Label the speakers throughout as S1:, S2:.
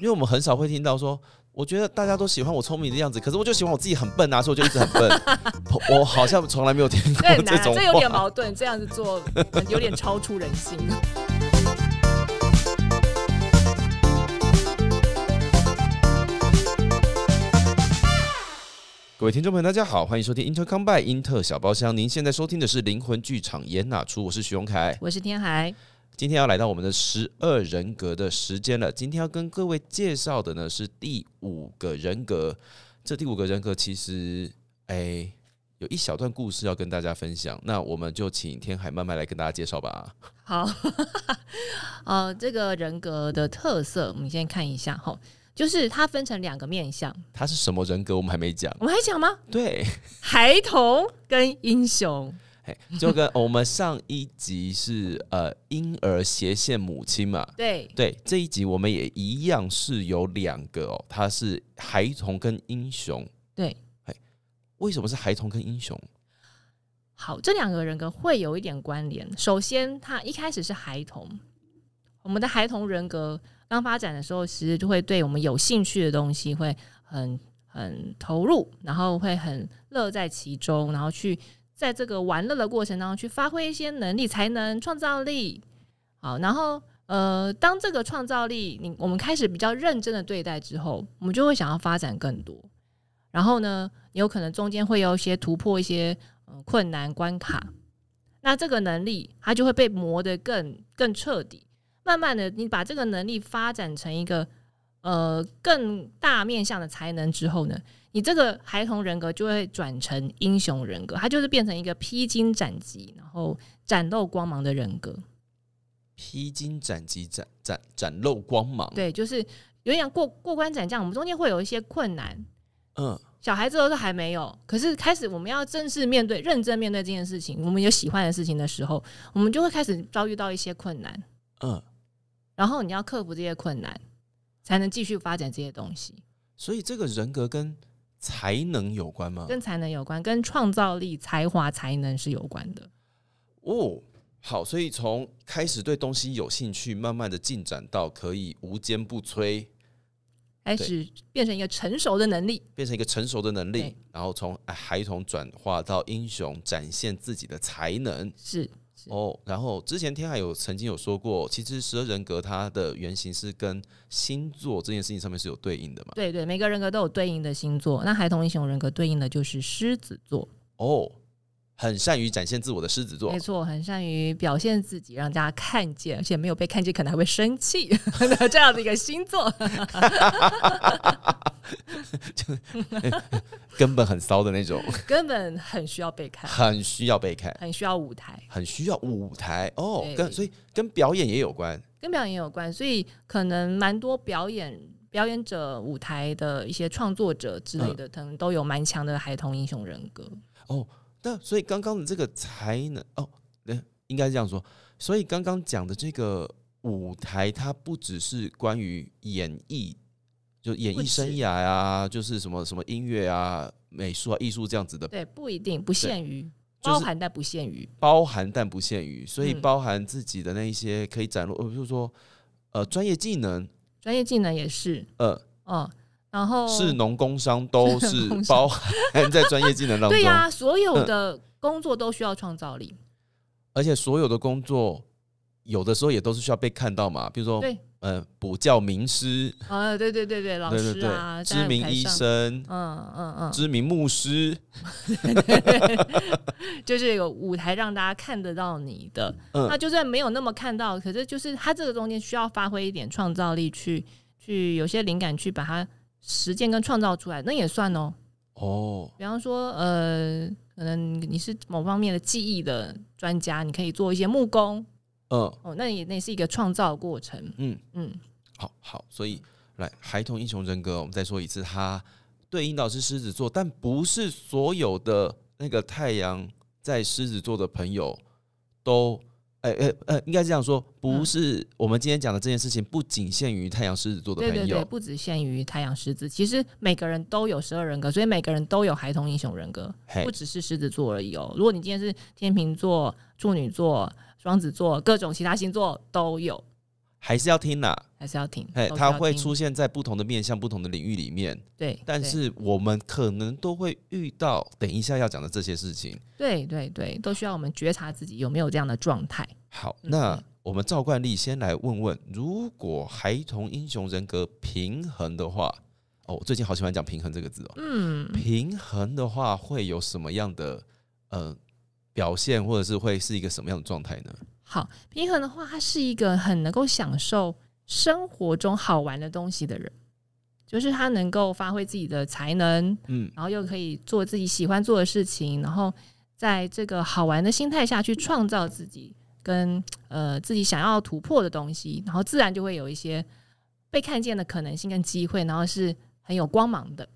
S1: 为我们很少会听到说，我觉得大家都喜欢我聪明的样子，可是我就喜欢我自己很笨啊，所以我就一直很笨。 我我好像从来没有听过
S2: 这很难
S1: 这
S2: 啊，
S1: 种
S2: 这有点
S1: 话。
S2: 矛盾，这样子做有点超出人性。
S1: 各位听众朋友，大家好，欢迎收听 Inter c o m b y 英特小包厢。您现在收听的是灵魂剧场演哪出？我是徐荣凯。
S2: 我是天海，
S1: 今天要来到我们的十二人格的时间了。今天要跟各位介绍的呢是第五个人格。这第五个人格其实，哎、有一小段故事要跟大家分享。那我们就请天海慢慢来跟大家介绍吧。
S2: 好，呃，这个人格的特色，我们先看一下哈，就是它分成两个面相，
S1: 他是什么人格？我们还没讲。
S2: 我们还讲吗？
S1: 对，
S2: 孩童跟英雄，
S1: 哎，就跟我们上一集是呃婴儿斜线母亲嘛。
S2: 对，
S1: 对，这一集我们也一样是有两个哦，他是孩童跟英雄。
S2: 对，
S1: 哎，为什么是孩童跟英雄？
S2: 好，这两个人格会有一点关联。首先，他一开始是孩童，我们的孩童人格刚发展的时候，其实就会对我们有兴趣的东西会很很投入，然后会很乐在其中，然后去在这个玩乐的过程当中去发挥一些能力、才能、创造力。好，然后呃，当这个创造力你我们开始比较认真的对待之后，我们就会想要发展更多。然后呢，有可能中间会有一些突破一些呃困难关卡，那这个能力它就会被磨得更更彻底。慢慢的，你把这个能力发展成一个呃更大面向的才能之后呢，你这个孩童人格就会转成英雄人格，它就是变成一个披荆斩棘，然后展露光芒的人格。
S1: 披荆斩棘，展展展露光芒。，
S2: 对，就是有点像过过关斩将，我们中间会有一些困难，
S1: 嗯，
S2: 小孩子都是还没有，可是开始我们要正式面对、认真面对这件事情，我们有喜欢的事情的时候，我们就会开始遭遇到一些困难，
S1: 嗯，
S2: 然后你要克服这些困难，才能继续发展这些东西，
S1: 所以这个人格跟才能有关吗？
S2: 跟才能有关，跟创造力、才华、才能是有关的。
S1: 哦，好，所以从开始对东西有兴趣，慢慢的进展到可以无坚不摧，
S2: 开始变成一个成熟的能力，
S1: 变成一个成熟的能力
S2: 对，
S1: 然后从哎孩童转化到英雄，展现自己的才能。
S2: 是是
S1: 哦，然后之前天海有曾经有说过，其实十二人格它的原型是跟星座这件事情上面是有对应的嘛？
S2: 对对，每个人格都有对应的星座。那孩童英雄人格对应的就是狮子座，
S1: 哦，很善于展现自我的狮子座
S2: 没，错，很善于表现自己，让大家看见，而且没有被看见，可能还会生气 这样的一个星座。
S1: 根本很骚的那种，
S2: 根本很需要被看，
S1: 很需要被看，
S2: 很需要舞台，
S1: 很需要舞台哦，
S2: 对
S1: 跟所以跟表演也有关
S2: 跟表演有关，所以可能蛮多表演表演者、舞台的一些创作者之类
S1: 嗯
S2: 的，可能都有蛮强的孩童英雄人格。
S1: 哦。那所以刚刚的这个才能哦，呃应该是这样说。所以刚刚讲的这个舞台，它不只是关于演艺，就演
S2: 不
S1: 艺
S2: 止
S1: 生涯啊，就是什么什么音乐啊、美术啊、艺术这样子的，
S2: 对，不一定不限于，
S1: 就是
S2: 包含但不限于。
S1: 包含但不限于，所以
S2: 嗯
S1: 包含自己的那一些可以展露，呃，比如说呃专业技能，
S2: 专业技能也是，
S1: 呃
S2: 嗯，然后
S1: 士农工商都是
S2: 工商
S1: 包含在专业技能当中。
S2: 对呀、所有的
S1: 嗯
S2: 工作都需要创造力，
S1: 而且所有的工作，有的时候也都是需要被看到嘛，比如说
S2: 对，
S1: 呃，补教名师，
S2: 呃，对对对对，老
S1: 对对
S2: 师
S1: 对，
S2: 啊，
S1: 知名医
S2: 站在舞台上。
S1: 生，哦
S2: 嗯嗯嗯，
S1: 知名牧师，
S2: 就是有舞台让大家看得到你的。
S1: 嗯
S2: 那就算没有那么看到，可是就是他这个中间需要发挥一点创造力去，去有些灵感去把它实践跟创造出来，那也算哦。
S1: 哦，
S2: 比方说，呃，可能你是某方面的技艺的专家，你可以做一些木工
S1: 嗯
S2: 哦，那也那是一个创造过程。
S1: 嗯，
S2: 嗯，
S1: 好好，所以来孩童英雄人格，我们再说一次，它对应到是狮子座，但不是所有的那个太阳在狮子座的朋友都。哎哎哎，应该这样说，不
S2: 嗯
S1: 是我们今天讲的这件事情，不仅限于太阳狮子座的
S2: 对
S1: 朋友，
S2: 对对，不只限于太阳狮子，其实每个人都有十二人格，所以每个人都有孩童英雄人格。
S1: 嘿
S2: 不只是狮子座而已哦。如果你今天是天秤座、处女座、双子座，各种其他星座都有。
S1: 还是要听啦、
S2: 还是要听，
S1: 哎，
S2: 都是
S1: 它
S2: 要
S1: 会
S2: 听
S1: 出现在不同的面向、不同的领域里面，
S2: 对，
S1: 但
S2: 对
S1: 是我们可能都会遇到等一下要讲的这些事情。
S2: 对对对，都需要我们觉察自己有没有这样的状态。
S1: 好，
S2: 嗯
S1: 那
S2: 嗯
S1: 我们照惯例先来问问，如果孩童英雄人格平衡的话，哦，我最近好喜欢讲平衡这个字哦。
S2: 嗯，
S1: 平衡的话，会有什么样的呃表现，或者是会是一个什么样的状态呢？
S2: 好，平衡的话，他是一个很能够享受生活中好玩的东西的人，就是他能够发挥自己的才能，
S1: 嗯，
S2: 然后又可以做自己喜欢做的事情，然后在这个好玩的心态下去创造自己跟呃自己想要突破的东西，然后自然就会有一些被看见的可能性跟机会，然后是很有光芒的。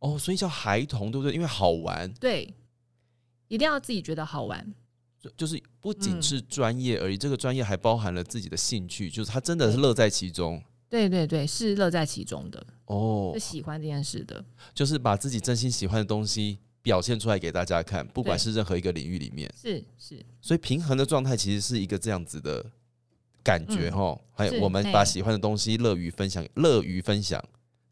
S1: 哦，所以叫孩童，对不对？因为好玩，
S2: 对，一定要自己觉得好玩。
S1: 就就是不仅
S2: 嗯
S1: 是专业而已，这个专业还包含了自己的兴趣，就是他真的是乐在其中。
S2: 对对对，是乐在其中的，
S1: 哦
S2: 是，喜欢这件事的。
S1: 就是把自己真心喜欢的东西表现出来给大家看，不管
S2: 对
S1: 是任何一个领域里面。
S2: 是是，
S1: 所以平衡的状态其实是一个这样子的感觉
S2: 嗯
S1: 哈。哎、
S2: 是
S1: 我们把
S2: 嘿
S1: 喜欢的东西乐于分享，乐于分享。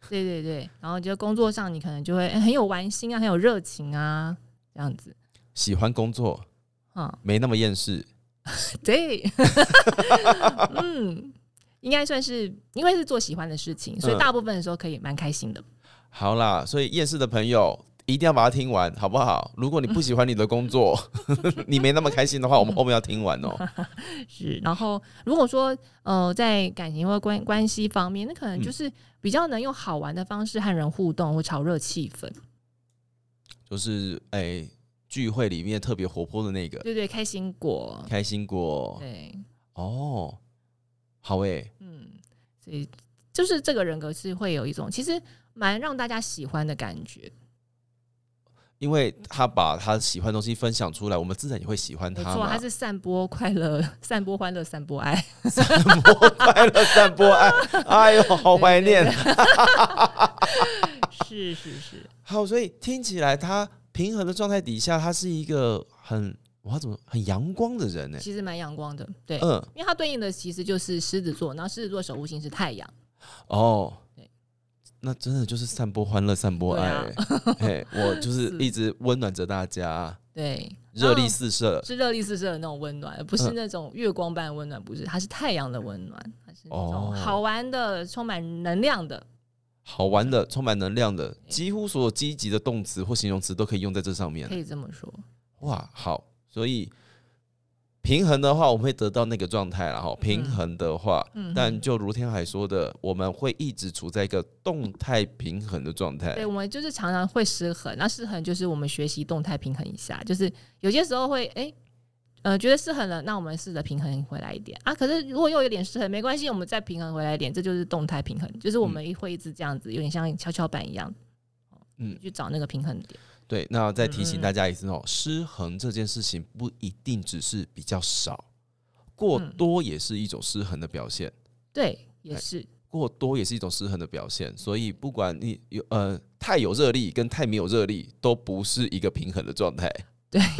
S2: 对对对。然后就工作上，你可能就会、哎很有玩心啊，很有热情啊，这样子。
S1: 喜欢工作，
S2: 嗯，
S1: 没那么厌世。
S2: 对， 嗯，应该算是因为是做喜欢的事情，所以
S1: 嗯
S2: 大部分的时候可以蛮开心的。
S1: 好啦，所以厌世的朋友一定要把它听完，好不好？如果你不喜欢你的工作， 你没那么开心的话，
S2: 嗯
S1: 我们后面要听完哦。
S2: 是，然后如果说呃，在感情或关关系方面，那可能
S1: 嗯
S2: 就是比较能用好玩的方式和人互动，或炒热气氛。
S1: 就是哎、聚会里面特别活泼的那个
S2: 对对，开心果。
S1: 开心果
S2: 对，
S1: 哦，好哎、
S2: 嗯，所以就是这个人格是会有一种其实蛮让大家喜欢的感觉，
S1: 因为他把他喜欢的东西分享出来，我们自然也会喜欢
S2: 没
S1: 他
S2: 错，
S1: 嘛
S2: 他。是散播快乐、 散播欢乐、散播爱，
S1: 散播
S2: 啊
S1: 快乐，散播爱，哎呦，好怀念。啊
S2: 是是是，
S1: 好，所以听起来他平衡的状态底下，他是一个很哇，怎么很阳光的人呢、
S2: 其实蛮阳光的，对，
S1: 嗯，
S2: 因为它对应的其实就是狮子座，然后狮子座守护星是太阳，
S1: 哦
S2: 对，啊
S1: 那真的就是散播欢乐，散播爱、嘿，我就是
S2: 是
S1: 一直温暖着大家，
S2: 嗯对，
S1: 热力
S2: 然后
S1: 四射。
S2: 是热力四射的那种温暖，而不是
S1: 嗯
S2: 那种月光般的温暖，不是，它是太阳的温暖，它是那种
S1: 哦
S2: 好玩的、充满能量的，
S1: 好玩的，充满能量的，几乎所有积极的动词或形容词都可以用在这上面
S2: 可。以这么说，
S1: 哇，好，所以平衡的话，我们会得到那个状态然后平衡的话，
S2: 嗯哼，
S1: 但就如天海说的，我们会一直处在一个动态平衡的状态
S2: 对，。我们就是常常会失衡，那失衡就是我们学习动态平衡一下，就是有些时候会哎。呃，觉得失衡了，那我们试着平衡回来一点啊。可是如果又有点失衡，没关系，我们再平衡回来一点，这就是动态平衡，就是我们会一直这样子，有点像跷跷板一样，
S1: 嗯，
S2: 去找那个平衡点。
S1: 对。那再提醒大家一次
S2: 嗯
S1: 哦，失衡这件事情不一定只是比较少，过
S2: 嗯
S1: 多也是一种失衡的表现。
S2: 对，也
S1: 哎
S2: 是，
S1: 过多也是一种失衡的表现，所以不管你有呃太有热力跟太没有热力，都不是一个平衡的状态。
S2: 对。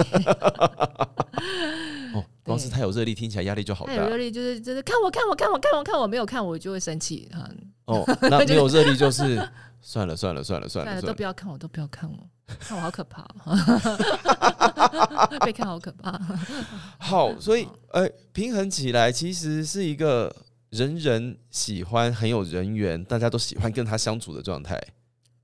S1: 哦，光是太有热力听起来压力就好
S2: 他有
S1: 大
S2: 热力就是就是看我看我看我看我看我没有看我就会生气，嗯，
S1: 哦。 那没有热力就是算了算了算了算
S2: 算
S1: 了算
S2: 了，都
S1: 了
S2: 不。要看我，都不要看我，看我好可怕哦， 被看好可怕。
S1: 好，所以呃平衡起来其实是一个人人喜欢、很有人缘，大家都喜欢跟他相处的状态。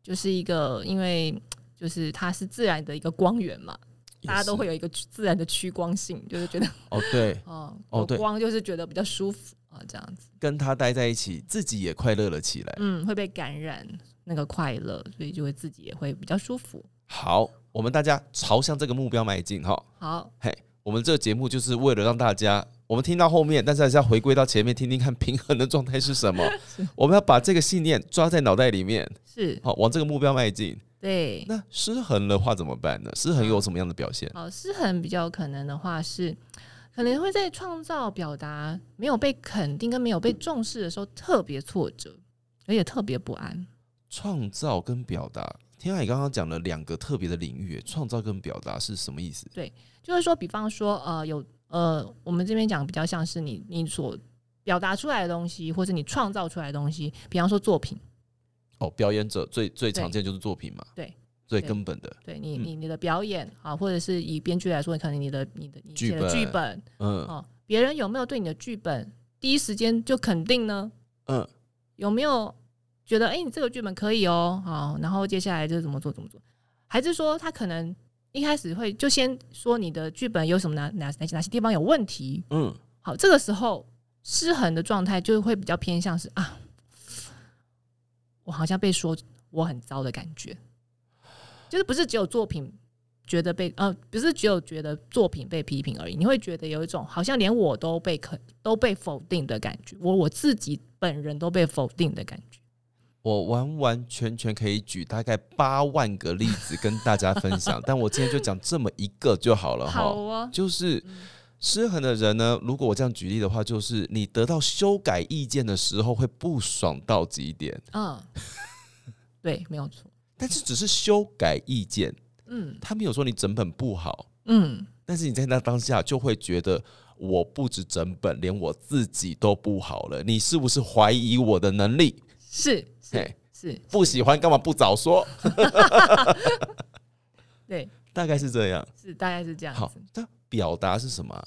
S2: 就是一个，因为就是它是自然的一个光源嘛，大家都会
S1: 有
S2: 有一个自然的趋光性，就是觉得
S1: 哦，对，
S2: 哦，
S1: 哦
S2: 有
S1: 对
S2: 光就是觉得比较舒服啊，这样子，
S1: 跟他待在一起，自己也快乐了起来。
S2: 嗯，会被感染那个快乐，所以就会自己也会比较舒服。
S1: 好，我们大家朝向这个目标迈进哈。
S2: 好，
S1: 我们这个节目就是为了让大家，我们听到后面，但是还是要回归到前面，听听看平衡的状态是什 么。我们要把这个信念抓在脑袋里面，
S2: 是
S1: 好，往这个目标迈进。
S2: 对。
S1: 那失衡的话怎么办呢？失衡有什么样的表现？
S2: 好，哦失衡比较可能的话是，可能会在创造、表达没有被肯定跟没有被重视的时候特别挫折，而且特别不安。
S1: 创造跟表达。天海刚刚讲了两个特别的领域，创造跟表达是什么意思？
S2: 就是说，比方说，呃，有呃，我们这边讲比较像是你你所表达出来的东西，或者你创造出来的东西，比方说作品，
S1: 哦，表演者最最
S2: 对
S1: 常见就是作品嘛，
S2: 对，
S1: 最
S2: 对
S1: 根本的，
S2: 对你
S1: 嗯
S2: 你你的表演啊，或者是以编剧来说，可能你的你的你写的
S1: 剧
S2: 剧
S1: 本
S2: 本
S1: 嗯
S2: 哦，别人有没有对你的剧本第一时间就肯定呢？
S1: 嗯，
S2: 有没有觉得哎、诶你这个剧本可以哦，好，然后接下来就是怎么做怎么做？还是说他可能一开始会就先说你的剧本有什么哪哪哪些哪些地方有问题？
S1: 嗯，
S2: 好，这个时候失衡的状态就会比较偏向是啊，我好像被说我很糟的感觉，就是不是只有作品。觉得被呃，不是只有觉得作品被批评而已，你会觉得有一种好像连我都被肯都被否定的感觉，我我自己本人都被否定的感觉。
S1: 我完完全全可以举大概八万个例子跟大家分 享，但我今天就讲这么一个就好了
S2: 好
S1: 哈。
S2: 哦，
S1: 就是失衡的人呢，如果我这样举例的话，就是你得到修改意见的时候会不爽到极点，
S2: 嗯，对，没有错，
S1: 但是只是修改意见，
S2: 嗯
S1: 他没有说你整本不好，
S2: 嗯，
S1: 但是你在那当下就会觉得，我不止整本，连我自己都不好了。你是不是怀疑我的能力？
S2: 是是
S1: 嘿
S2: 是，
S1: 不喜欢干嘛不早说？
S2: 对，
S1: 大概是这样。
S2: 是大概是这样
S1: 好
S2: 子。，
S1: 那表达是什么啊？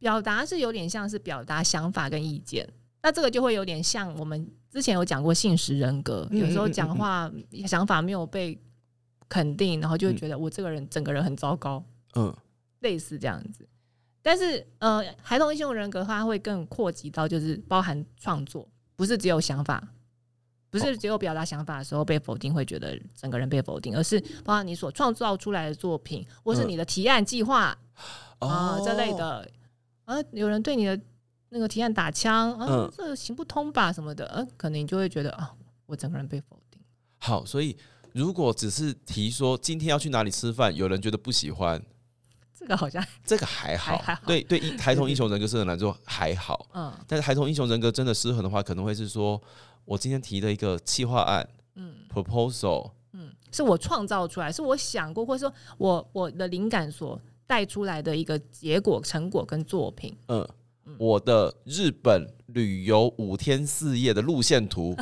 S2: 表达是有点像是表达想法跟意见，那这个就会有点像我们之前有讲过信实人格，
S1: 嗯
S2: 有时候
S1: 嗯嗯
S2: 讲
S1: 嗯
S2: 话想法没有被肯定，然后就会
S1: 嗯
S2: 觉得我这个人整个人很糟糕。
S1: 嗯，
S2: 类似这样子。但是呃，孩童英雄人格它会更扩及到就是包含创作，不是只有想法，不是只有表达想法的时候被否定，会觉得整个人被否定，而是包含你所创造出来的作品，或是
S1: 嗯
S2: 你的提案计划啊
S1: 哦
S2: 这类。的，呃，有人对你的那个提案打枪，啊、
S1: 嗯
S2: 这行不通吧什么的，呃，可能你就会觉得啊，我整个人被否定。
S1: 好，所以如果只是提说今天要去哪里吃饭，有人觉得不喜欢，
S2: 这个好 像，
S1: 这个还好。
S2: 还还好
S1: 对 对，一孩童英雄人格是很难说还好。
S2: 嗯
S1: 但是孩童英雄人格真的失衡的话，可能会是说，我今天提的一个企划案
S2: 嗯，
S1: proposal，
S2: 嗯，是我创造出来，是我想过，或者说我我的灵感所带出来的一个结果、成果跟作品。
S1: 嗯，我的日本旅游五天四夜的路线 图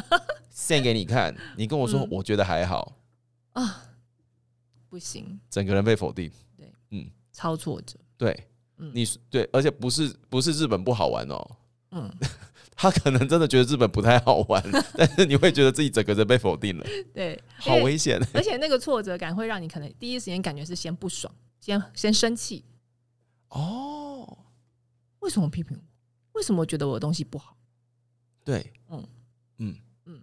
S1: 献给你看，你跟我说
S2: 嗯，
S1: 我觉得还好，
S2: 不行，
S1: 整个人被否定。
S2: 超挫折。
S1: 对，
S2: 嗯
S1: 你是对，而且不是不是日本不好玩哦，
S2: 嗯，
S1: 他可能真的觉得日本不太好 玩，但是你会觉得自己整个人被否定了，
S2: 对，嗯
S1: 好
S2: 因为
S1: 危险。
S2: 而且那个挫折感会让你可能第一时间感觉是先不爽，先先生气，
S1: 哦，
S2: 为什么批评我？为什么觉得我的东西不好？
S1: 对，嗯
S2: 嗯
S1: 嗯嗯
S2: 嗯，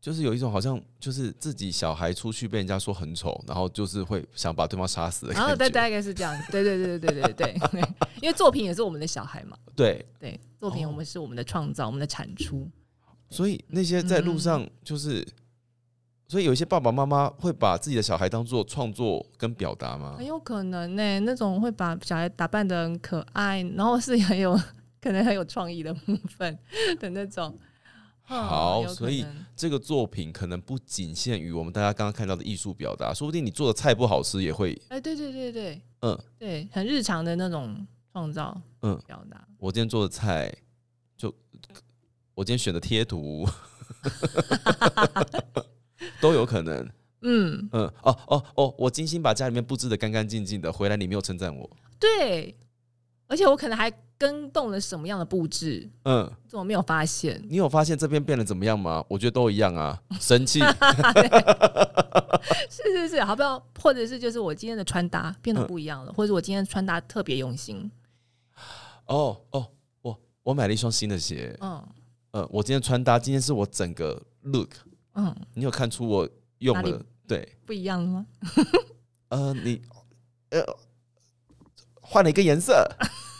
S1: 就是有一种好像就是自己小孩出去被人家说很丑，然后就是会想把对方杀死的
S2: 然后
S1: 感
S2: 大
S1: 觉。
S2: 大概是这样，啊对对对对对对对，因为作品也是我们的小孩嘛，
S1: 对，
S2: 对，作品
S1: 哦
S2: 我们是我们的创造，我们的产出，
S1: 所以那些在
S2: 嗯
S1: 路上就是，所以有一些爸爸妈妈会把自己的小孩当做创作跟表达吗
S2: 很？有可能呢、那种会把小孩打扮的很可爱，然后是很有可能很有创意的部分的那种。嗯
S1: 好
S2: 有可能
S1: 所以这个作品可能不仅限于我们大家刚刚看到的艺术表达，说不定你做的菜不好吃也会。
S2: 哎、对对对对
S1: 嗯，
S2: 对，很日常的那种创造，
S1: 嗯
S2: 表达，
S1: 我今天做的菜就我今天选的贴图 都有可能。
S2: 嗯，
S1: 嗯，哦哦哦，我精心把家里面布置的干干净净的，回来你没有称赞我。
S2: 对，而且我可能还跟动了什么样的布置，
S1: 嗯，
S2: 怎么没有发现？
S1: 你有发现这边变得怎么样吗？我觉得都一样啊，生气。
S2: 是是是，好不好？或者是就是我今天的穿搭变得
S1: 嗯
S2: 不一样了，或者我今天穿搭特别用心，
S1: 哦哦，我我买了一双新的鞋。
S2: 嗯
S1: 呃，我今天穿搭，今天是我整个 look。
S2: 嗯，
S1: 你有看出我用
S2: 哪里
S1: 了？对，
S2: 不一样了 吗？
S1: 呃，你呃换了一个颜色，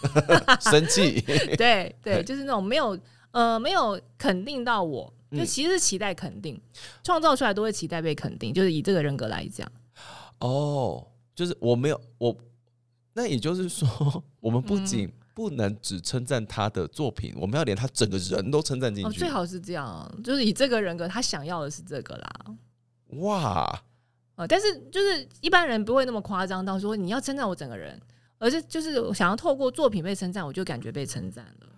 S1: 生气。
S2: 对对，
S1: 嘿
S2: 就是那种没有呃没有肯定到我，就
S1: 嗯
S2: 其实是期待肯定，创造出来都会期待被肯定，就是以这个人格来讲，
S1: 哦，就是我没有我，那也就是说，我们
S2: 嗯
S1: 不仅不能只称赞他的作品，我们要连他整个人都称赞进
S2: 哦，
S1: 去。
S2: 最好是这样，就是以这个人格他想要的是这个啦。
S1: 哇，
S2: 呃，但是就是一般人不会那么夸张到说你要称赞我整个人，而是就是想要透过作品被称赞，我就感觉被称赞了。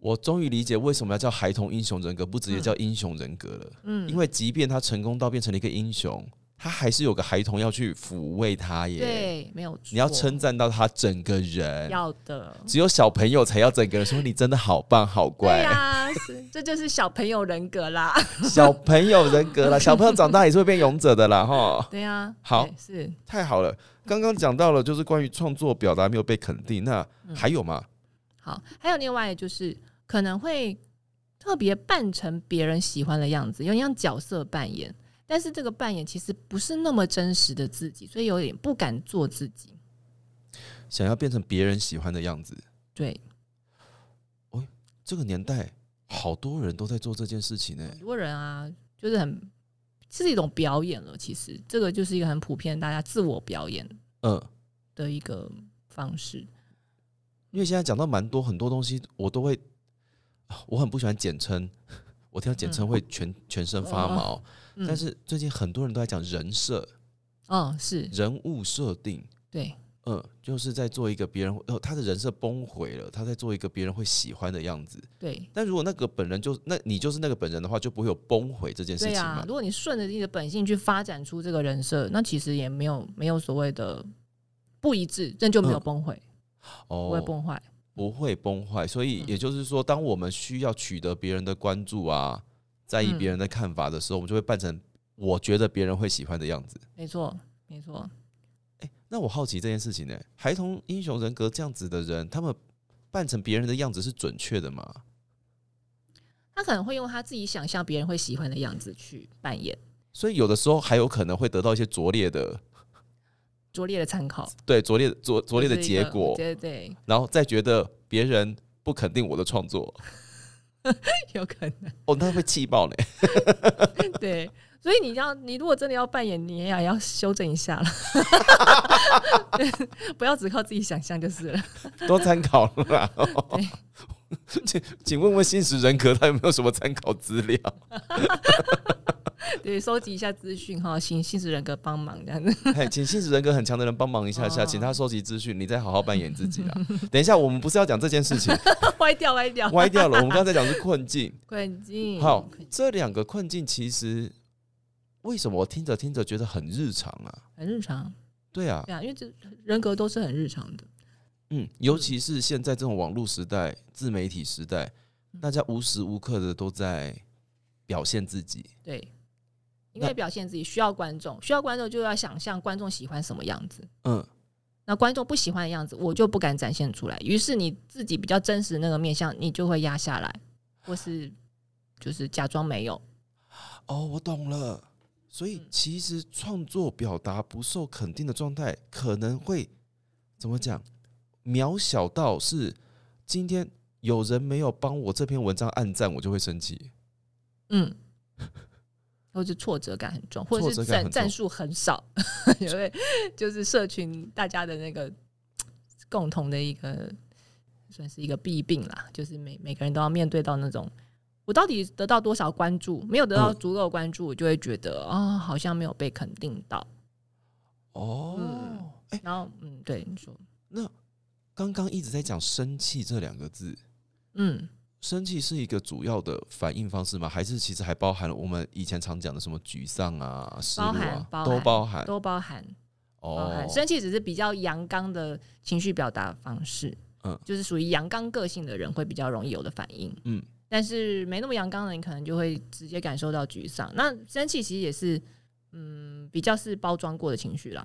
S1: 我终于理解为什么要叫孩童英雄人格，不直接叫英雄人格了。
S2: 嗯，
S1: 因为即便他成功到变成了一个英雄，他还是有个孩童要去抚慰他耶。，
S2: 对，没有错，
S1: 你要称赞到他整个人，
S2: 要的，
S1: 只有小朋友才要整个人说你真的好棒好
S2: 对
S1: 乖，
S2: 呀、是 这就是小朋友人格啦，
S1: 小朋友人格啦，小朋友长大也是会变勇者的 啦哈。
S2: 对呀、
S1: 好
S2: 对是
S1: 太好了，刚刚讲到了就是关于创作表达没有被肯定，那
S2: 嗯
S1: 还有吗？
S2: 好，还有另外就是可能会特别扮成别人喜欢的样子，有点像角色扮演，但是这个扮演其实不是那么真实的自己，所以有点不敢做自己。
S1: 想要变成别人喜欢的样子，
S2: 对，
S1: 这个年代好多人都在做这件事情呢、欸
S2: 很多人啊，就是很是一种表演了。其实这个就是一个很普遍大家自我表演
S1: 嗯，
S2: 的一个方式。
S1: 因为现在讲到蛮多很多东西，我都会，啊我很不喜欢简称， 我听到简称会全、全身发毛。
S2: 嗯
S1: 但，是最近很多人都在讲人设、
S2: 嗯，是
S1: 人物设定，
S2: 对，
S1: 嗯，就是在做一个别人呃他的人设崩毁了，他在做一个别人会喜欢的样子。
S2: 对，
S1: 但如果那个本人就那你就是那个本人的话，就不会有崩毁这件事
S2: 对
S1: 情
S2: 啊
S1: 嘛。。
S2: 如果你顺着自己的本性去发展出这个人设，那其实也没有没有所谓的不一致，那就没有
S1: 嗯
S2: 崩溃，不会
S1: 哦，
S2: 崩嗯坏。
S1: 不会崩坏。所以也就是说，当我们需要取得别人的关注啊，在意
S2: 嗯
S1: 别人的看法的时候，我们就会扮成我觉得别人会喜欢的样子。
S2: 没错，没错。
S1: 那我好奇这件事情呢、孩童英雄人格这样子的人，他们扮成别人的样子是准确的吗？
S2: 他可能会用他自己想象别人会喜欢的样子去扮演，
S1: 所以有的时候还有可能会得到一些拙劣的，
S2: 拙劣的参考，
S1: 对拙劣拙拙
S2: 拙
S1: 劣的结果，
S2: 对对，
S1: 然后再觉得别人不肯定我的创作，
S2: 有可能。
S1: 哦，那会气 爆呢。
S2: 对，所以你要，你如果真的要扮演，你也要修正一下了， 不要只靠自己想象就是了。
S1: 多参考了啦。 请请问问新实人格他有没有什么参考资 料？
S2: 对，收集一下资讯哈，请现实人格帮忙这样子。
S1: 哎，请新实人格很强的人帮忙一下下，
S2: 哦
S1: 请他收集资讯，你再好好扮演自己 啊。等一下，我们不是要讲这件事情，
S2: 歪掉，歪掉，
S1: 歪掉了。我们刚才讲的是困境，
S2: 嗯困境。
S1: 好，这两个困境其实为什么我听着听着觉得很日常啊？
S2: 很日常，
S1: 对啊，
S2: 对啊，因为这人格都是很日常的。
S1: 嗯，尤其是现在这种网络时代、自媒体时代，
S2: 嗯
S1: 大家无时无刻的都在表现自己。
S2: 对，因
S1: 那
S2: 为表现自己需要观众，需要观众就要想象观众喜欢什么样子，
S1: 嗯，
S2: 那观众不喜欢的样子，我就不敢展现出来。于是你自己比较真实的那个面相，你就会压下来，或是就是假装没有。
S1: 哦，我懂了。所以
S2: 嗯
S1: 其实创作表达不受肯定的状态，可能会怎么讲？渺小到是今天有人没有帮我这篇文章按赞，我就会生气。
S2: 嗯，或是挫折感很重，或者
S1: 挫
S2: 是
S1: 折感很重
S2: 赞赞数很少， 因为就是社群大家的那个共同的一个算是一个弊病啦，就是每每个人都要面对到那种。我到底得到多少关注？没有得到
S1: 嗯
S2: 足够的关注，我就会觉得啊、好像没有被肯定到。
S1: 哦，
S2: 嗯
S1: 哎、
S2: 然后，嗯，对你说，
S1: 那刚刚一直在讲生气这两个字，
S2: 嗯，
S1: 生气是一个主要的反应方式吗？还是其实还包含了我们以前常讲的什么沮丧啊、失落啊，
S2: 包含
S1: 都
S2: 包含
S1: 包含
S2: 都包含，包含。
S1: 哦。
S2: 生气只是比较阳刚的情绪表达方式，
S1: 嗯
S2: 就是属于阳刚个性的人会比较容易有的反应，
S1: 嗯。
S2: 但是没那么阳刚的，你可能就会直接感受到沮丧。那生气其实也是，嗯，比较是包装过的情绪啦。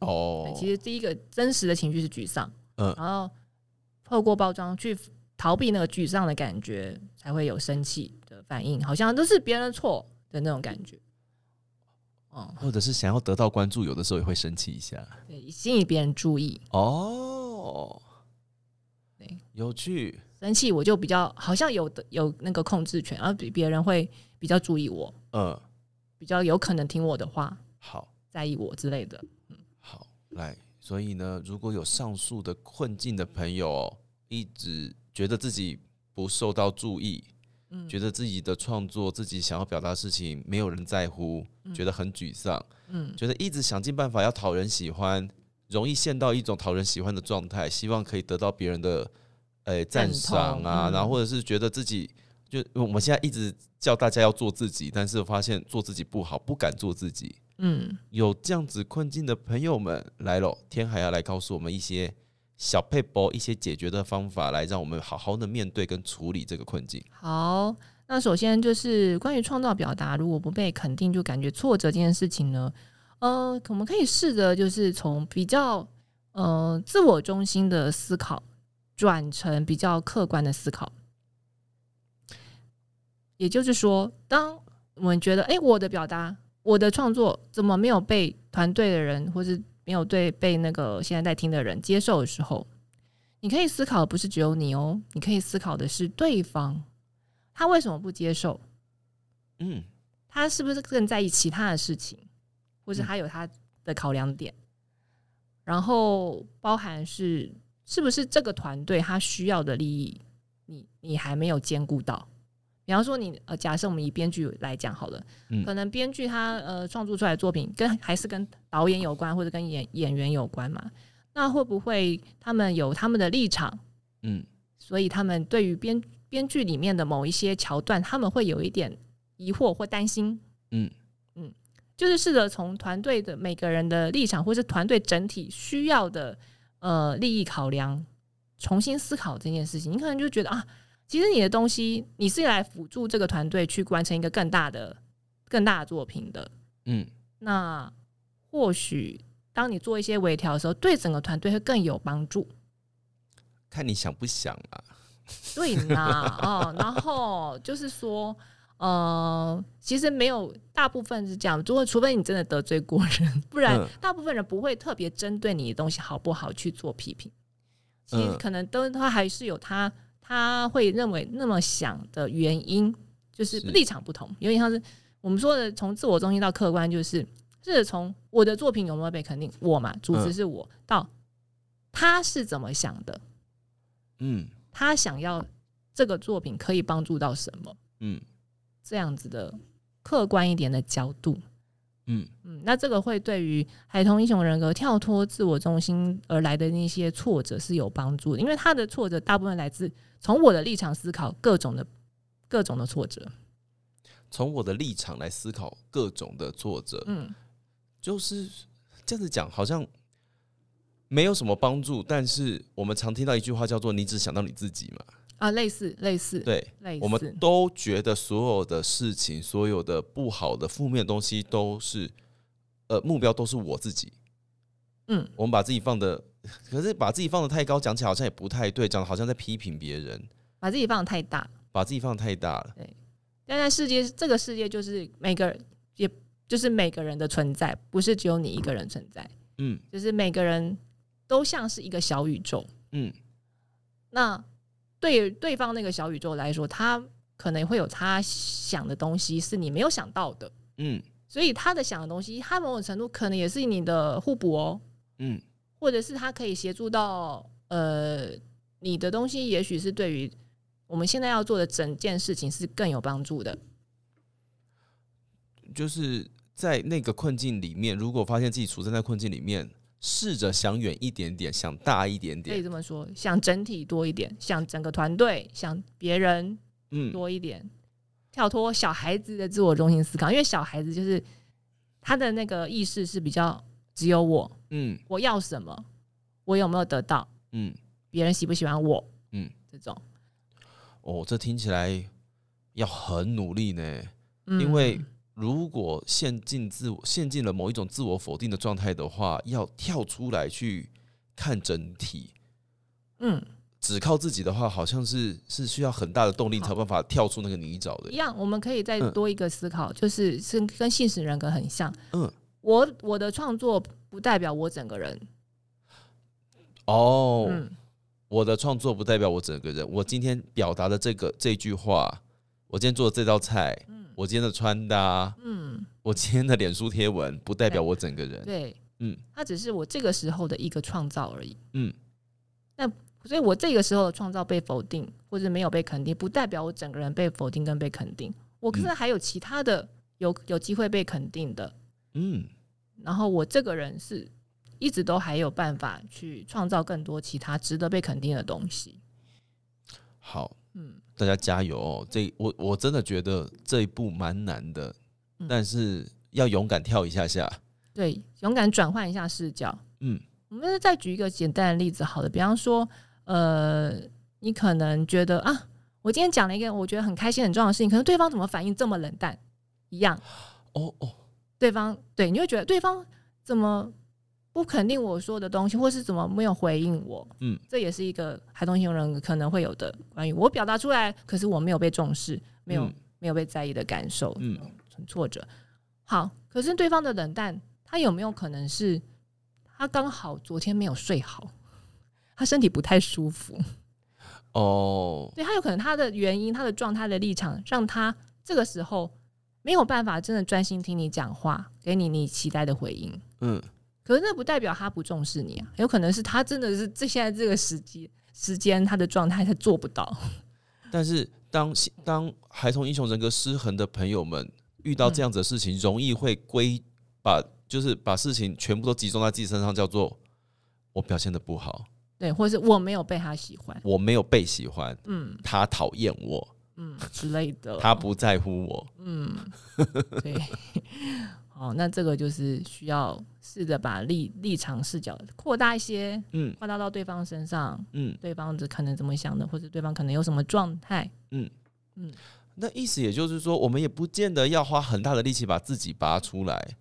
S2: 对
S1: 哦，
S2: 其实第一个真实的情绪是沮丧，
S1: 嗯
S2: 然后透过包装去逃避那个沮丧的感觉，才会有生气的反应，好像都是别人的错的那种感觉。哦，
S1: 或者是想要得到关注，有的时候也会生气一下。
S2: 对，吸引别人注意，
S1: 哦，
S2: 对，
S1: 有趣，
S2: 生气我就比较好像有的有那个控制权，然后比别人会比较注意我，
S1: 嗯，
S2: 比较有可能听我的话，
S1: 好，
S2: 在意我之类的。
S1: 好，来，所以呢，如果有上述的困境的朋友哦，一直觉得自己不受到注意，
S2: 嗯
S1: 觉得自己的创作、自己想要表达的事情没有人在乎，觉得很沮丧，
S2: 嗯，
S1: 觉得一直想尽办法要讨人喜欢，容易陷到一种讨人喜欢的状态，希望可以得到别人的。诶赞赏啊，
S2: 嗯
S1: 然后或者是觉得自己就我们现在一直叫大家要做自己，但是发现做自己不好，不敢做自己。
S2: 嗯，
S1: 有这样子困境的朋友们来了，天海要来告诉我们一些小配博，一些解决的方法，来让我们好好的面对跟处理这个困境。
S2: 好，那首先就是关于创造表达，如果不被肯定就感觉挫折这件事情呢，呃，我们可以试着就是从比较呃自我中心的思考，转成比较客观的思考。也就是说，当我们觉得，哎、我的表达，我的创作怎么没有被团队的人，或是没有对被那个现在在听的人接受的时候，你可以思考，不是只有你哦，你可以思考的是对方，他为什么不接受？
S1: 嗯，
S2: 他是不是更在意其他的事情，或是他有他的考量点？然后包含是是不是这个团队他需要的利益，你你还没有兼顾到。比方说你呃，假设我们以编剧来讲好了，
S1: 嗯
S2: 可能编剧他呃创作出来的作品跟还是跟导演有关，或者跟演演员有关嘛？那会不会他们有他们的立场？
S1: 嗯，
S2: 所以他们对于编编剧里面的某一些桥段，他们会有一点疑惑或担心。
S1: 嗯
S2: 嗯，就是试着从团队的每个人的立场，或是团队整体需要的呃利益考量，重新思考这件事情。你可能就觉得啊，其实你的东西你是来辅助这个团队去完成一个更大的、更大的作品的。
S1: 嗯，
S2: 那或许当你做一些微调的时候，对整个团队会更有帮助。
S1: 看你想不想啊？
S2: 对啦，哦，然后就是说，呃，其实没有大部分是这样，如果除非你真的得罪过人，不然
S1: 嗯
S2: 大部分人不会特别针对你的东西好不好去做批评。其实
S1: 嗯
S2: 可能都他还是有他他会认为那么想的原因，就是
S1: 是
S2: 立场不同，有点像是我们说的从自我中心到客观，就是是从我的作品有没有被肯定，我嘛，主旨
S1: 嗯
S2: 是我，到他是怎么想的。
S1: 嗯
S2: 他想要这个作品可以帮助到什么，
S1: 嗯
S2: 这样子的客观一点的角度。
S1: 嗯
S2: 嗯，那这个会对于孩童英雄人格跳脱自我中心而来的那些挫折是有帮助的，因为他的挫折大部分来自从我的立场思考各种的各种的挫折。
S1: 从我的立场来思考各种的挫折，
S2: 嗯，
S1: 就是这样子讲，好像没有什么帮助。但是我们常听到一句话叫做“你只想到你自己”嘛，
S2: 啊，类似类似
S1: 对。
S2: 类似，
S1: 我们都觉得所有的事情、所有的不好的、负面的东西都是，呃，目标都是我自己。
S2: 嗯，
S1: 我们把自己放的， 可是把自己放的太高，讲起来好像也不太对，讲的好像在批评别人，
S2: 把自己放得太大，
S1: 把自己放得太大了。
S2: 但在世界这个世界就是每个人，也就是每个人的存在，不是只有你一个人存在。
S1: 嗯
S2: 就是每个人都像是一个小宇宙。
S1: 嗯
S2: 那对对方那个小宇宙来说，他可能会有他想的东西是你没有想到的，
S1: 嗯
S2: 所以他的想的东西，他某种程度可能也是你的互补哦，
S1: 嗯
S2: 或者是他可以协助到呃你的东西，也许是对于我们现在要做的整件事情是更有帮助的。
S1: 就是在那个困境里面，如果发现自己处在那困境里面，试着想远一点点，想大一点
S2: 可以
S1: 点。
S2: 这么说，想整体多一点，想整个团队，想别人，
S1: 嗯，
S2: 多一点，跳脱小孩子的自我中心思考，因为小孩子就是他的那个意识是比较只有我，
S1: 嗯
S2: 我要什么，我有没有得到，
S1: 嗯，
S2: 别人喜不喜欢我，
S1: 嗯，
S2: 这种，
S1: 哦，这听起来要很努力呢。
S2: 嗯
S1: 因为如果陷进自我陷进了某一种自我否定的状态的话，要跳出来去看整体，
S2: 嗯
S1: 只靠自己的话，好像是是需要很大的动力才有办法跳出那个泥沼
S2: 一
S1: 的。
S2: 样，我们可以再
S1: 嗯
S2: 多一个思考，就是是跟现实人格很像，
S1: 嗯，
S2: 我我的创作不代表我整个人，
S1: 哦，
S2: 嗯
S1: 我的创作不代表我整个人，我今天表达的这个这句话，我今天做的这道菜，我今天的穿搭，
S2: 嗯，
S1: 我今天的脸书贴文，不代表我整个人。
S2: 对，
S1: 嗯
S2: 它只是我这个时候的一个创造而已。
S1: 嗯
S2: 所以我这个时候的创造被否定，或者没有被肯定，不代表我整个人被否定跟被肯定。我可能还有其他的有有机会被肯定的，
S1: 嗯
S2: 然后我这个人是一直都还有办法去创造更多其他值得被肯定的东西。
S1: 好，
S2: 嗯
S1: 大家加油哦！这我我真的觉得这一步蛮难的，
S2: 嗯
S1: 但是要勇敢跳一下下。
S2: 对，勇敢转换一下视角。
S1: 嗯，
S2: 我们再举一个简单的例子，好的，比方说，呃，你可能觉得啊，我今天讲了一个我觉得很开心、很重要的事情，可能对方怎么反应这么冷淡？一样，
S1: 哦哦，
S2: 对方对你会觉得对方怎么不肯定我说的东西，或是怎么没有回应我？
S1: 嗯，
S2: 这也是一个孩童型人格可能会有的关于我表达出来，可是我没有被重视，没有、
S1: 嗯
S2: 没有被在意的感受，
S1: 嗯，
S2: 很挫折。好，可是对方的冷淡，他有没有可能是他刚好昨天没有睡好，他身体不太舒服？
S1: 哦，
S2: 对他有可能他的原因、他的状态的立场，让他这个时候没有办法真的专心听你讲话，给你你期待的回应。
S1: 嗯，
S2: 可是那不代表他不重视你啊，有可能是他真的是这现在这个时机时间他的状态他做不到。
S1: 但是当当孩童英雄人格失衡的朋友们遇到这样子的事情，容易会归把就是把事情全部都集中在自己身上，叫做我表现的不好，
S2: 对，或是我没有被他喜欢，
S1: 我没有被喜欢，
S2: 嗯
S1: 他讨厌我，
S2: 嗯之类的。
S1: 他不在乎我。
S2: 嗯，对， 哦，那这个就是需要试着把立立场视角扩大一些，
S1: 嗯
S2: 扩大到对方身上，
S1: 嗯，
S2: 对方只可能怎么想的，或者对方可能有什么状态，
S1: 嗯
S2: 嗯
S1: 那意思也就是说，我们也不见得要花很大的力气把自己拔出来，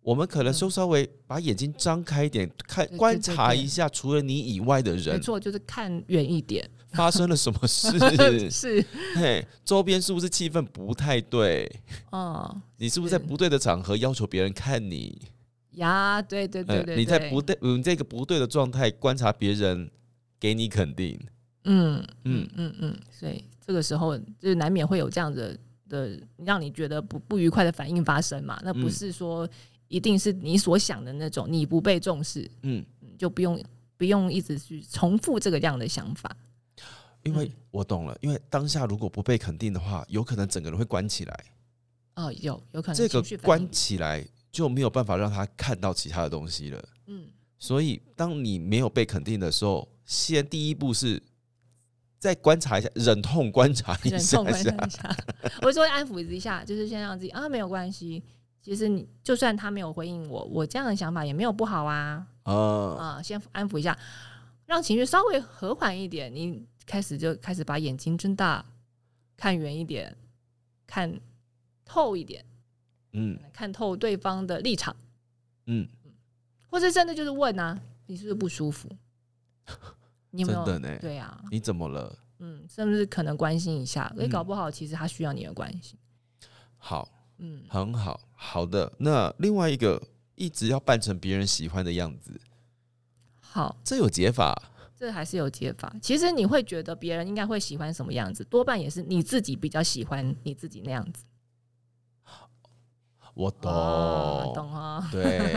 S1: 我们可能就稍微把眼睛张开一点，看
S2: 嗯对对
S1: 观察
S2: 对对
S1: 一下除了你以外的
S2: 没
S1: 人
S2: 错，就是看远一点，，
S1: 发生了什么事
S2: 是，
S1: 嘿，周边是不是气氛不太对？
S2: 哦，
S1: 你是不是在
S2: 是
S1: 不对的场合要求别人看你？
S2: 呀，对对对
S1: 呃
S2: 对对，
S1: 你在不对，你这个不对的状态观察别人，给你肯定。
S2: 嗯
S1: 嗯
S2: 嗯嗯嗯，所以这个时候就是难免会有这样的的让你觉得不不愉快的反应发生嘛，那不
S1: 嗯
S2: 是说一定是你所想的那种，你不被重视，
S1: 嗯，
S2: 嗯就不用不用一直去重复这个样的想法。
S1: 因为
S2: 嗯
S1: 我懂了，因为当下如果不被肯定的话，有可能整个人会关起来。
S2: 哦，有有可能
S1: 这个
S2: 情绪反
S1: 关
S2: 应
S1: 起来就没有办法让他看到其他的东西了。
S2: 嗯
S1: 所以，当你没有被肯定的时候，先第一步是再观察一下，忍痛观察一
S2: 忍痛
S1: 下
S2: 关
S1: 下
S2: 上。一下，我说安抚一下，就是先让自己啊没有关系。其实你就算他没有回应我，我这样的想法也没有不好啊
S1: 啊，
S2: 啊、先安抚一下，让情绪稍微和缓一点。你开始就开始把眼睛睁大，看远一点，看透一点，
S1: 嗯
S2: 看透对方的立场，
S1: 嗯，
S2: 或者真的就是问啊，你是不是不舒服？你有没
S1: 真
S2: 有？
S1: 的呢。
S2: 对啊，
S1: 你怎么了？
S2: 嗯，甚至可能关心一下，也
S1: 嗯
S2: 搞不好其实他需要你的关心。
S1: 好，
S2: 嗯，
S1: 很好，好的。那另外一个一直要扮成别人喜欢的样子，
S2: 好，
S1: 这有解法。
S2: 这还是有解法。其实你会觉得别人应该会喜欢什么样子，多半也是你自己比较喜欢你自己那样子。
S1: 我懂，
S2: 哦懂哦，
S1: 对，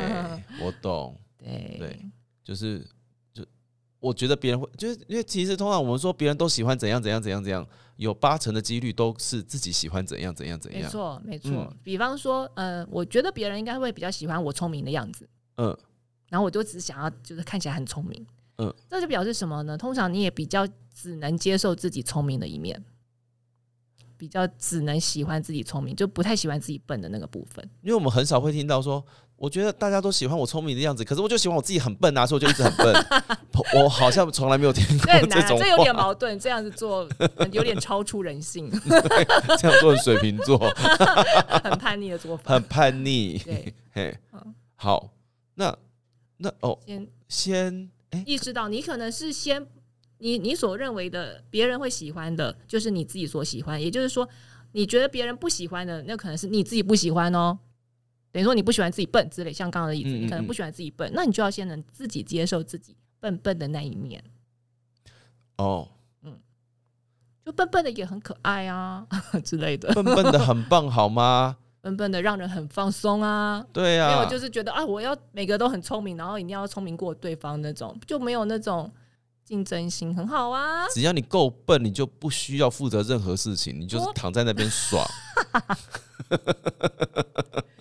S1: 我懂，
S2: 对
S1: 对，就是就我觉得别人会，就是因为其实通常我们说别人都喜欢怎样怎样怎样怎样，有八成的几率都是自己喜欢怎样怎样怎
S2: 没
S1: 样。
S2: 错没错。
S1: 嗯
S2: 比方说，呃，我觉得别人应该会比较喜欢我聪明的样子，
S1: 嗯
S2: 然后我就只想要就是看起来很聪明。
S1: 嗯，
S2: 这就表示什么呢？通常你也比较只能接受自己聪明的一面，比较只能喜欢自己聪明，就不太喜欢自己笨的那个部分。
S1: 因为我们很少会听到说，我觉得大家都喜欢我聪明的样子，可是我就喜欢我自己很笨啊，所以我就一直很笨。我我好像从来没有听过
S2: 这很难
S1: 这
S2: 啊，
S1: 种
S2: 这有点
S1: 话，
S2: 矛盾，这样子做 有点超出人性，
S1: 这样做的水瓶座。
S2: 很叛逆的做法。
S1: 很叛逆。
S2: 对，
S1: 嘿
S2: 嗯，
S1: 好，那那哦，
S2: 先
S1: 先哎、
S2: 意识到你可能是先你你所认为的别人会喜欢的，就是你自己所喜欢，也就是说，你觉得别人不喜欢的，那可能是你自己不喜欢哦。等于说你不喜欢自己笨之类，像刚刚的例子，
S1: 嗯嗯
S2: 你可能不喜欢自己笨，那你就要先能自己接受自己笨笨的那一面，
S1: 哦，
S2: 就笨笨的也很可爱啊 之类的，
S1: 笨笨的很棒，好吗？
S2: 笨笨的让人很放松啊，
S1: 对
S2: 没
S1: 啊，
S2: 有，就是觉得啊，我要每个都很聪明，然后一定要聪明过对方那种，就没有那种竞争心，很好啊。
S1: 只要你够笨，你就不需要负责任何事情，你就是
S2: 我
S1: 躺在那边 爽。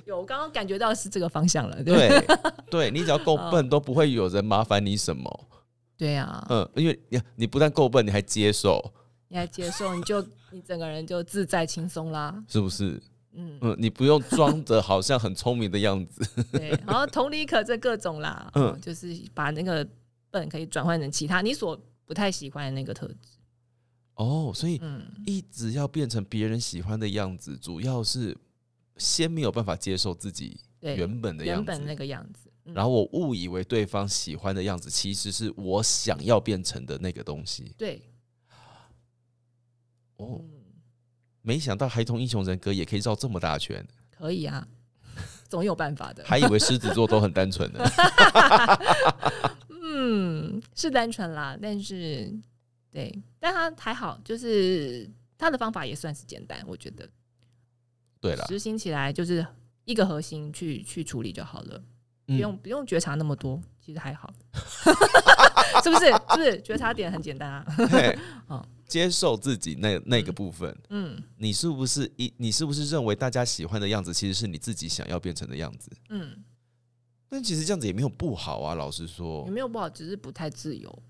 S2: 有，我刚刚感觉到是这个方向了，对
S1: 对，对你只要够笨，都不会有人麻烦你什么。嗯
S2: 对啊，
S1: 嗯，因为你你不但够笨，你还接受。
S2: 你来接受，你就你整个人就自在轻松啦。
S1: 是不是？
S2: 嗯，
S1: 嗯，你不用装的好像很聪明的样子。
S2: 对，然后同理可证各种啦，
S1: 嗯
S2: 嗯，就是把那个笨可以转换成其他你所不太喜欢的那个特质，
S1: 哦，所以
S2: 嗯，
S1: 一直要变成别人喜欢的样子，主要是先没有办法接受自己
S2: 对，原
S1: 原本的样子，
S2: 本那个样子，嗯
S1: 然后我误以为对方喜欢的样子，其实是我想要变成的那个东西。
S2: 对，
S1: 哦，
S2: 嗯，
S1: 没想到孩童英雄人格也可以绕这么大圈，
S2: 可以啊，总有办法 的，
S1: 还以为狮子座都很单纯的。
S2: 嗯，是单纯啦，但是对，但他还好，就是他的方法也算是简单，我觉得
S1: 对了，
S2: 执行起来就是一个核心去去处理就好了。
S1: 嗯
S2: 不用不用觉察那么多，其实还好， 是不是？是不是觉察点很简单啊？
S1: 嘿
S2: 哦
S1: 接受自己那那个部分，
S2: 嗯
S1: 你是不是一？你是不是认为大家喜欢的样子，其实是你自己想要变成的样子？
S2: 嗯，
S1: 但其实这样子也没有不好啊。老实
S2: 也
S1: 说，
S2: 没有不好，只是不太自由，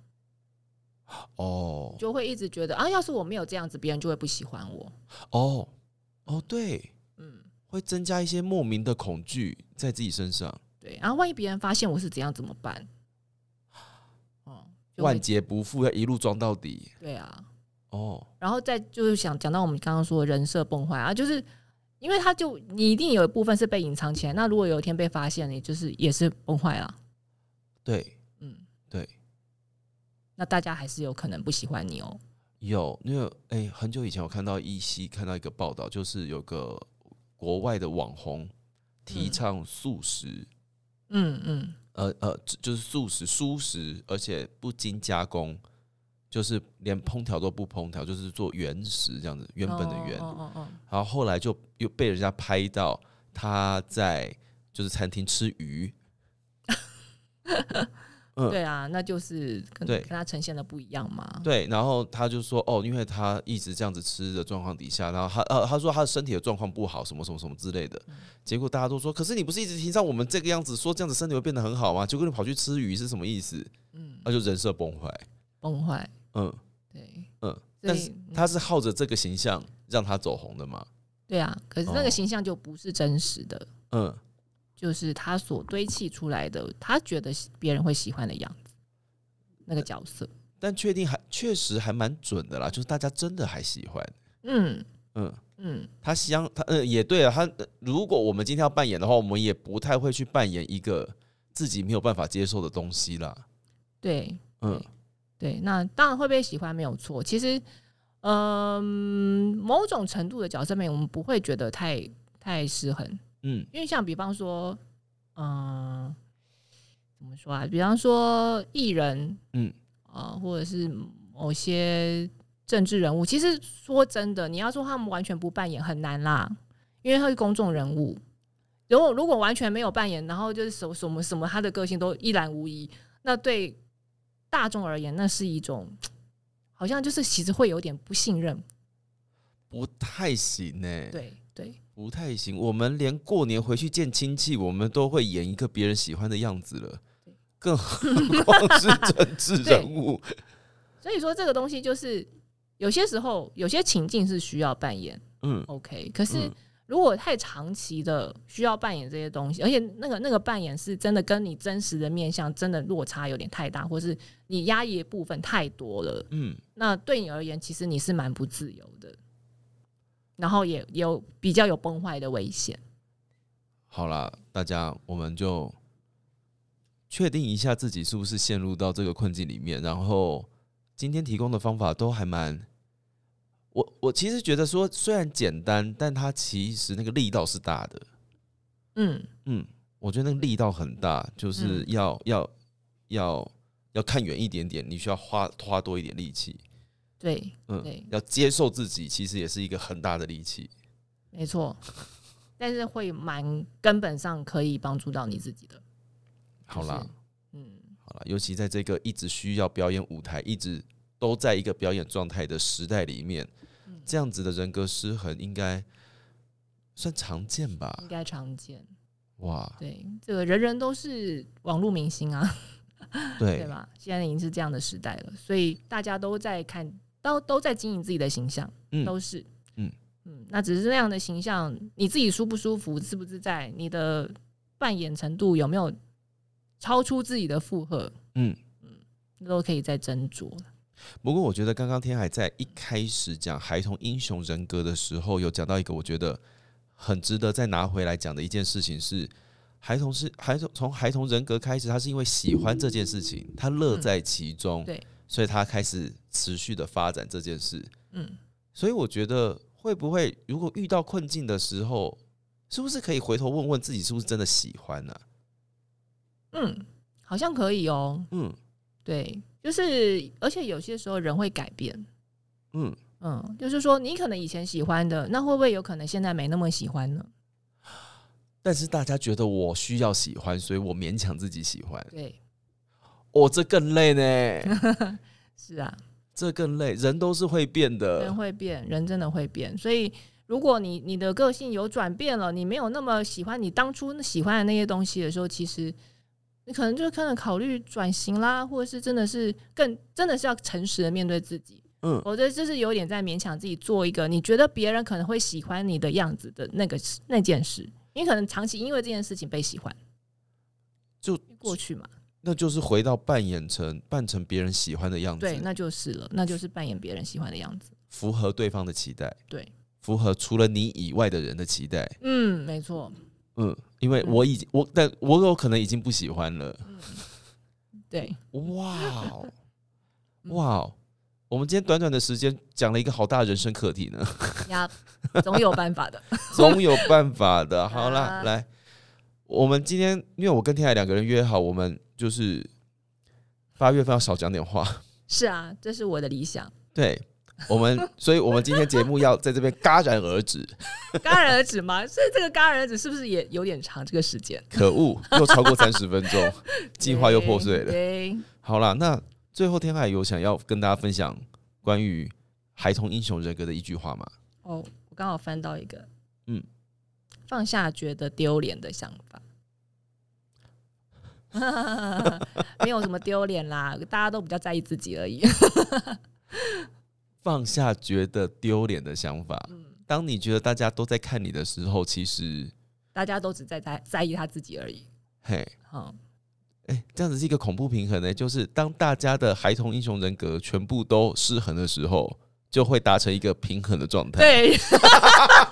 S1: 哦
S2: 就会一直觉得啊，要是我没有这样子，别人就会不喜欢我。
S1: 哦哦，对，
S2: 嗯，
S1: 会增加一些莫名的恐惧在自己身上，
S2: 对。然后万一别人发现我是怎样怎么办？哦，就
S1: 万
S2: 会
S1: 劫不复，要一路装到底。
S2: 对啊。
S1: 哦，
S2: 然后再就是想讲到我们刚刚说的人设崩坏啊，就是因为他就你一定有一部分是被隐藏起来，那如果有一天被发现，你就是也是崩坏了。
S1: 对
S2: 嗯，
S1: 对，
S2: 那大家还是有可能不喜欢你哦。
S1: 有，因为哎、很久以前我看到依稀看到一个报道，就是有个国外的网红提
S2: 嗯
S1: 倡素食，
S2: 嗯嗯，
S1: 呃呃，就就是素食、蔬食，而且不经加工，就是连烹调都不烹调，就是做原食这样子，原本的原。
S2: 哦哦哦，
S1: 然后后来就又被人家拍到他在就是餐厅吃鱼，嗯
S2: 对啊，那就是跟
S1: 对
S2: 跟他呈现的不一样嘛。
S1: 对，然后他就说哦，因为他一直这样子吃的状况底下，然后他呃他说他的身体的状况不好，什么什么什么之类
S2: 嗯
S1: 的，结果大家都说，可是你不是一直提倡我们这个样子，说这样子身体会变得很好吗？结果你跑去吃鱼是什么意思？
S2: 嗯，
S1: 那就人设崩坏，
S2: 崩坏，
S1: 嗯
S2: 对
S1: 嗯，
S2: 所
S1: 但
S2: 以
S1: 是
S2: 嗯
S1: 他是靠着这个形象让他走红的嘛，
S2: 对啊。可是那
S1: 哦
S2: 个形象就不是真实的，
S1: 嗯，
S2: 就是他所堆砌出来的，他觉得别人会喜欢的样子，那个角色。
S1: 但确定还确实还蛮准的啦，就是大家真的还喜欢，
S2: 嗯
S1: 嗯。
S2: 嗯，
S1: 他相他呃也对啊，他呃如果我们今天要扮演的话，我们也不太会去扮演一个自己没有办法接受的东西啦。
S2: 对
S1: 嗯，
S2: 对。那当然会被喜欢没有错。其实，嗯、某种程度的角色面，我们不会觉得太太失衡。
S1: 嗯
S2: 因为像比方说，嗯、怎么说啊？比方说艺人，
S1: 嗯，
S2: 呃，或者是某些政治人物，其实说真的，你要说他们完全不扮演很难啦，因为他是公众人物。如果如果完全没有扮演，然后就是什么什么什么，他的个性都一览无遗，那对大众而言，那是一种好像就是其实会有点不信任。
S1: 不太行呢、
S2: 对对，
S1: 不太行。我们连过年回去见亲戚，我们都会演一个别人喜欢的样子了
S2: 对，
S1: 更何况是政治人物。
S2: 所以说这个东西就是有些时候有些情境是需要扮演
S1: 嗯，
S2: ，OK。可是
S1: 嗯
S2: 如果太长期的需要扮演这些东西，而且那个那个扮演是真的跟你真实的面相真的落差有点太大，或是你压抑的部分太多了，
S1: 嗯，
S2: 那对你而言其实你是蛮不自由的，然后也也有比较有崩坏的危险。
S1: 好啦，大家我们就确定一下自己是不是陷入到这个困境里面。然后今天提供的方法都还蛮，我我其实觉得说虽然简单，但它其实那个力道是大的。
S2: 嗯，
S1: 嗯，我觉得那个力道很大，就是
S2: 嗯
S1: 要、要要要看远一点点，你需要花花多一点力气。
S2: 对，
S1: 嗯
S2: 对，
S1: 要接受自己，其实也是一个很大的力气。
S2: 没错， 但是会蛮根本上可以帮助到你自己的。
S1: 好啦
S2: 是，嗯。
S1: 好了，尤其在这个一直需要表演舞台，一直都在一个表演状态的时代里面，
S2: 嗯
S1: 这样子的人格失衡应该算常见吧？
S2: 应该常见，
S1: 哇，
S2: 对，这个人人都是网络明星啊，对
S1: 对，
S2: 吧？现在已经是这样的时代了，所以大家都在看都都在经营自己的形象，
S1: 嗯
S2: 都是，
S1: 嗯
S2: 嗯，那只是那样的形象，你自己舒不舒服，自不自在，你的扮演程度有没有超出自己的负荷，
S1: 嗯，
S2: 都可以再斟酌。
S1: 不过我觉得刚刚天海在一开始讲孩童英雄人格的时候，有讲到一个我觉得很值得再拿回来讲的一件事情是，孩童是孩童从孩童人格开始，他是因为喜欢这件事情，他乐在其中，
S2: 嗯对，
S1: 所以他开始持续的发展这件事。
S2: 嗯，
S1: 所以我觉得会不会如果遇到困境的时候，是不是可以回头问问自己是不是真的喜欢啊呢、
S2: 嗯，好像可以哦、
S1: 嗯
S2: 对，就是而且有些时候人会改变，
S1: 嗯，
S2: 嗯，就是说你可能以前喜欢的，那会不会有可能现在没那么喜欢呢？
S1: 但是大家觉得我需要喜欢，所以我勉强自己喜欢，
S2: 对，
S1: 哦，这更累呢，
S2: 是啊，
S1: 这更累，人都是会变
S2: 人
S1: 的。
S2: 会变，人真的会变。所以，如果你你的个性有转变了，你没有那么喜欢你当初喜欢的那些东西的时候，其实你可能就可能考虑转型啦，或者是真的是更真的是要诚实的面对自己。
S1: 嗯
S2: 我觉得就是有点在勉强自己做一个你觉得别人可能会喜欢你的样子的那个事那件事，你可能长期因为这件事情被喜欢，
S1: 就
S2: 过去嘛，
S1: 那就是回到扮演成扮成别人喜欢的样
S2: 对，
S1: 子，
S2: 那就是了，那就是扮演别人喜欢的样子。
S1: 符合对方的期待，
S2: 对，
S1: 符合除了你以外的人的期待。
S2: 嗯，没错，
S1: 嗯，因为我已经我但我有可能已经不喜欢了。
S2: 对，
S1: 哇哦，
S2: 嗯
S1: 哇哦！我们今天短短的时间讲了一个好大人生课题 呢，
S2: 呀，总有办法的。
S1: 总有办法 的。好啦，
S2: 啊
S1: 来，我们今天因为我跟天海两个人约好，我们就是八月份要少讲点话。
S2: 是啊，这是我的理想，
S1: 对我们，所以我们今天节目要在这边戛然而 止。
S2: 戛然而止嘛。 所以这个戛然而止是不是也有点长？这个时间
S1: 可恶，又超过三十分 钟，计划又破碎了。
S2: 对，
S1: 好啦，那最后天海有想要跟大家分享关于孩童英雄人格的一句话吗？
S2: 哦，我刚好翻到一个，
S1: 嗯，
S2: 放下觉得丢脸的想法。 没有什么丢脸啦，大家都比较在意自己而已。
S1: 放下觉得丢脸的想法。
S2: 嗯
S1: 当你觉得大家都在看你的时候，其实
S2: 大家都只在在在意他自己而已。
S1: 嘿，
S2: 嗯，
S1: 哎、这样子是一个恐怖平衡呢、欸就是当大家的孩童英雄人格全部都失衡的时候，就会达成一个平衡的状态。
S2: 对，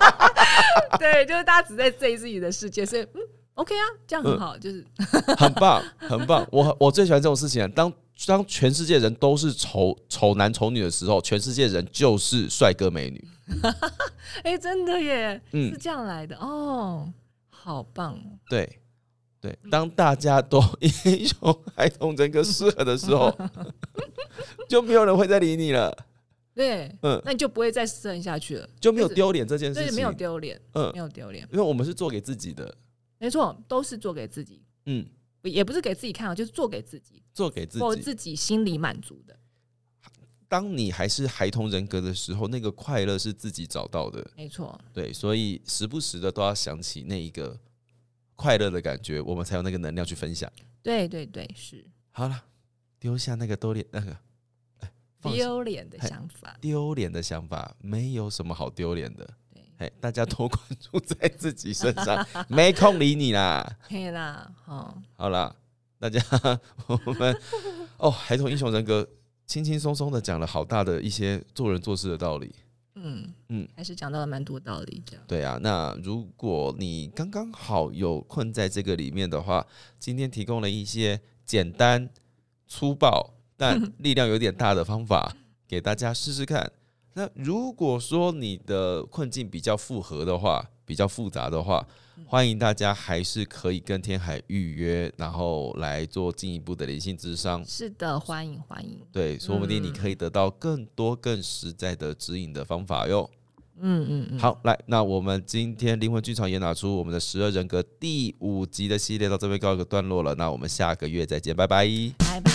S2: 对，就是大家只在在意自己的世界，所以嗯，OK 啊，这样很好，
S1: 嗯
S2: 就是
S1: 很棒，很棒。我我最喜欢这种事情了。啊当当全世界人都是丑丑男丑女的时候，全世界人就是帅哥美女。
S2: 哎、真的耶，
S1: 嗯
S2: 是这样来的哦，好棒哦！
S1: 对对，当大家都英雄孩童人格失衡的时 候，就没有人会再理你了，
S2: 对，
S1: 嗯
S2: 那你就不会再失衡下去了，
S1: 就没有丢脸这件
S2: 所
S1: 事
S2: 以没有
S1: 情。
S2: 丢脸，
S1: 嗯
S2: 没，有丢脸，
S1: 因为我们是做给自己的，
S2: 没错，都是做给自己，
S1: 嗯，
S2: 也不是给自己看啊，就是做给自己，
S1: 做给自
S2: 做
S1: 己。
S2: 自己心里满足的，
S1: 当你还是孩童人格的时候，那个快乐是自己找到的。
S2: 没错，
S1: 对，所以时不时的都要想起那一个快乐的感觉，我们才有那个能量去分享。
S2: 对对对，是
S1: 好了，丢下那个丢脸那个，哎放下
S2: 丢脸的想法，
S1: 丢脸的想法，没有什么好丢脸的。
S2: 对，
S1: 哎，大家多关注在自己身上，没空理你啦。
S2: 可以啦，哦，
S1: 好啦，大家 我们哦，孩童英雄人格轻轻松松的讲了好大的一些做人做事的道理。
S2: 嗯
S1: 嗯
S2: 嗯，还是讲到了蛮多道理这样。
S1: 对啊，那如果你刚刚好有困在这个里面的话，今天提供了一些简单、粗暴但力量有点大的方法给大家试试看。那如果说你的困境比较复合的话，比较复杂的话，欢迎大家还是可以跟天海预约，然后来做进一步的灵性智商。
S2: 是的，欢迎欢迎。
S1: 对，说不定你可以得到更多、更实在的指引的方法哟。
S2: 嗯嗯嗯，
S1: 好，来，那我们今天灵魂剧场也拿出我们的十二人格第五集的系列，到这边告一个段落了。那我们下个月再见，拜拜。
S2: 拜拜。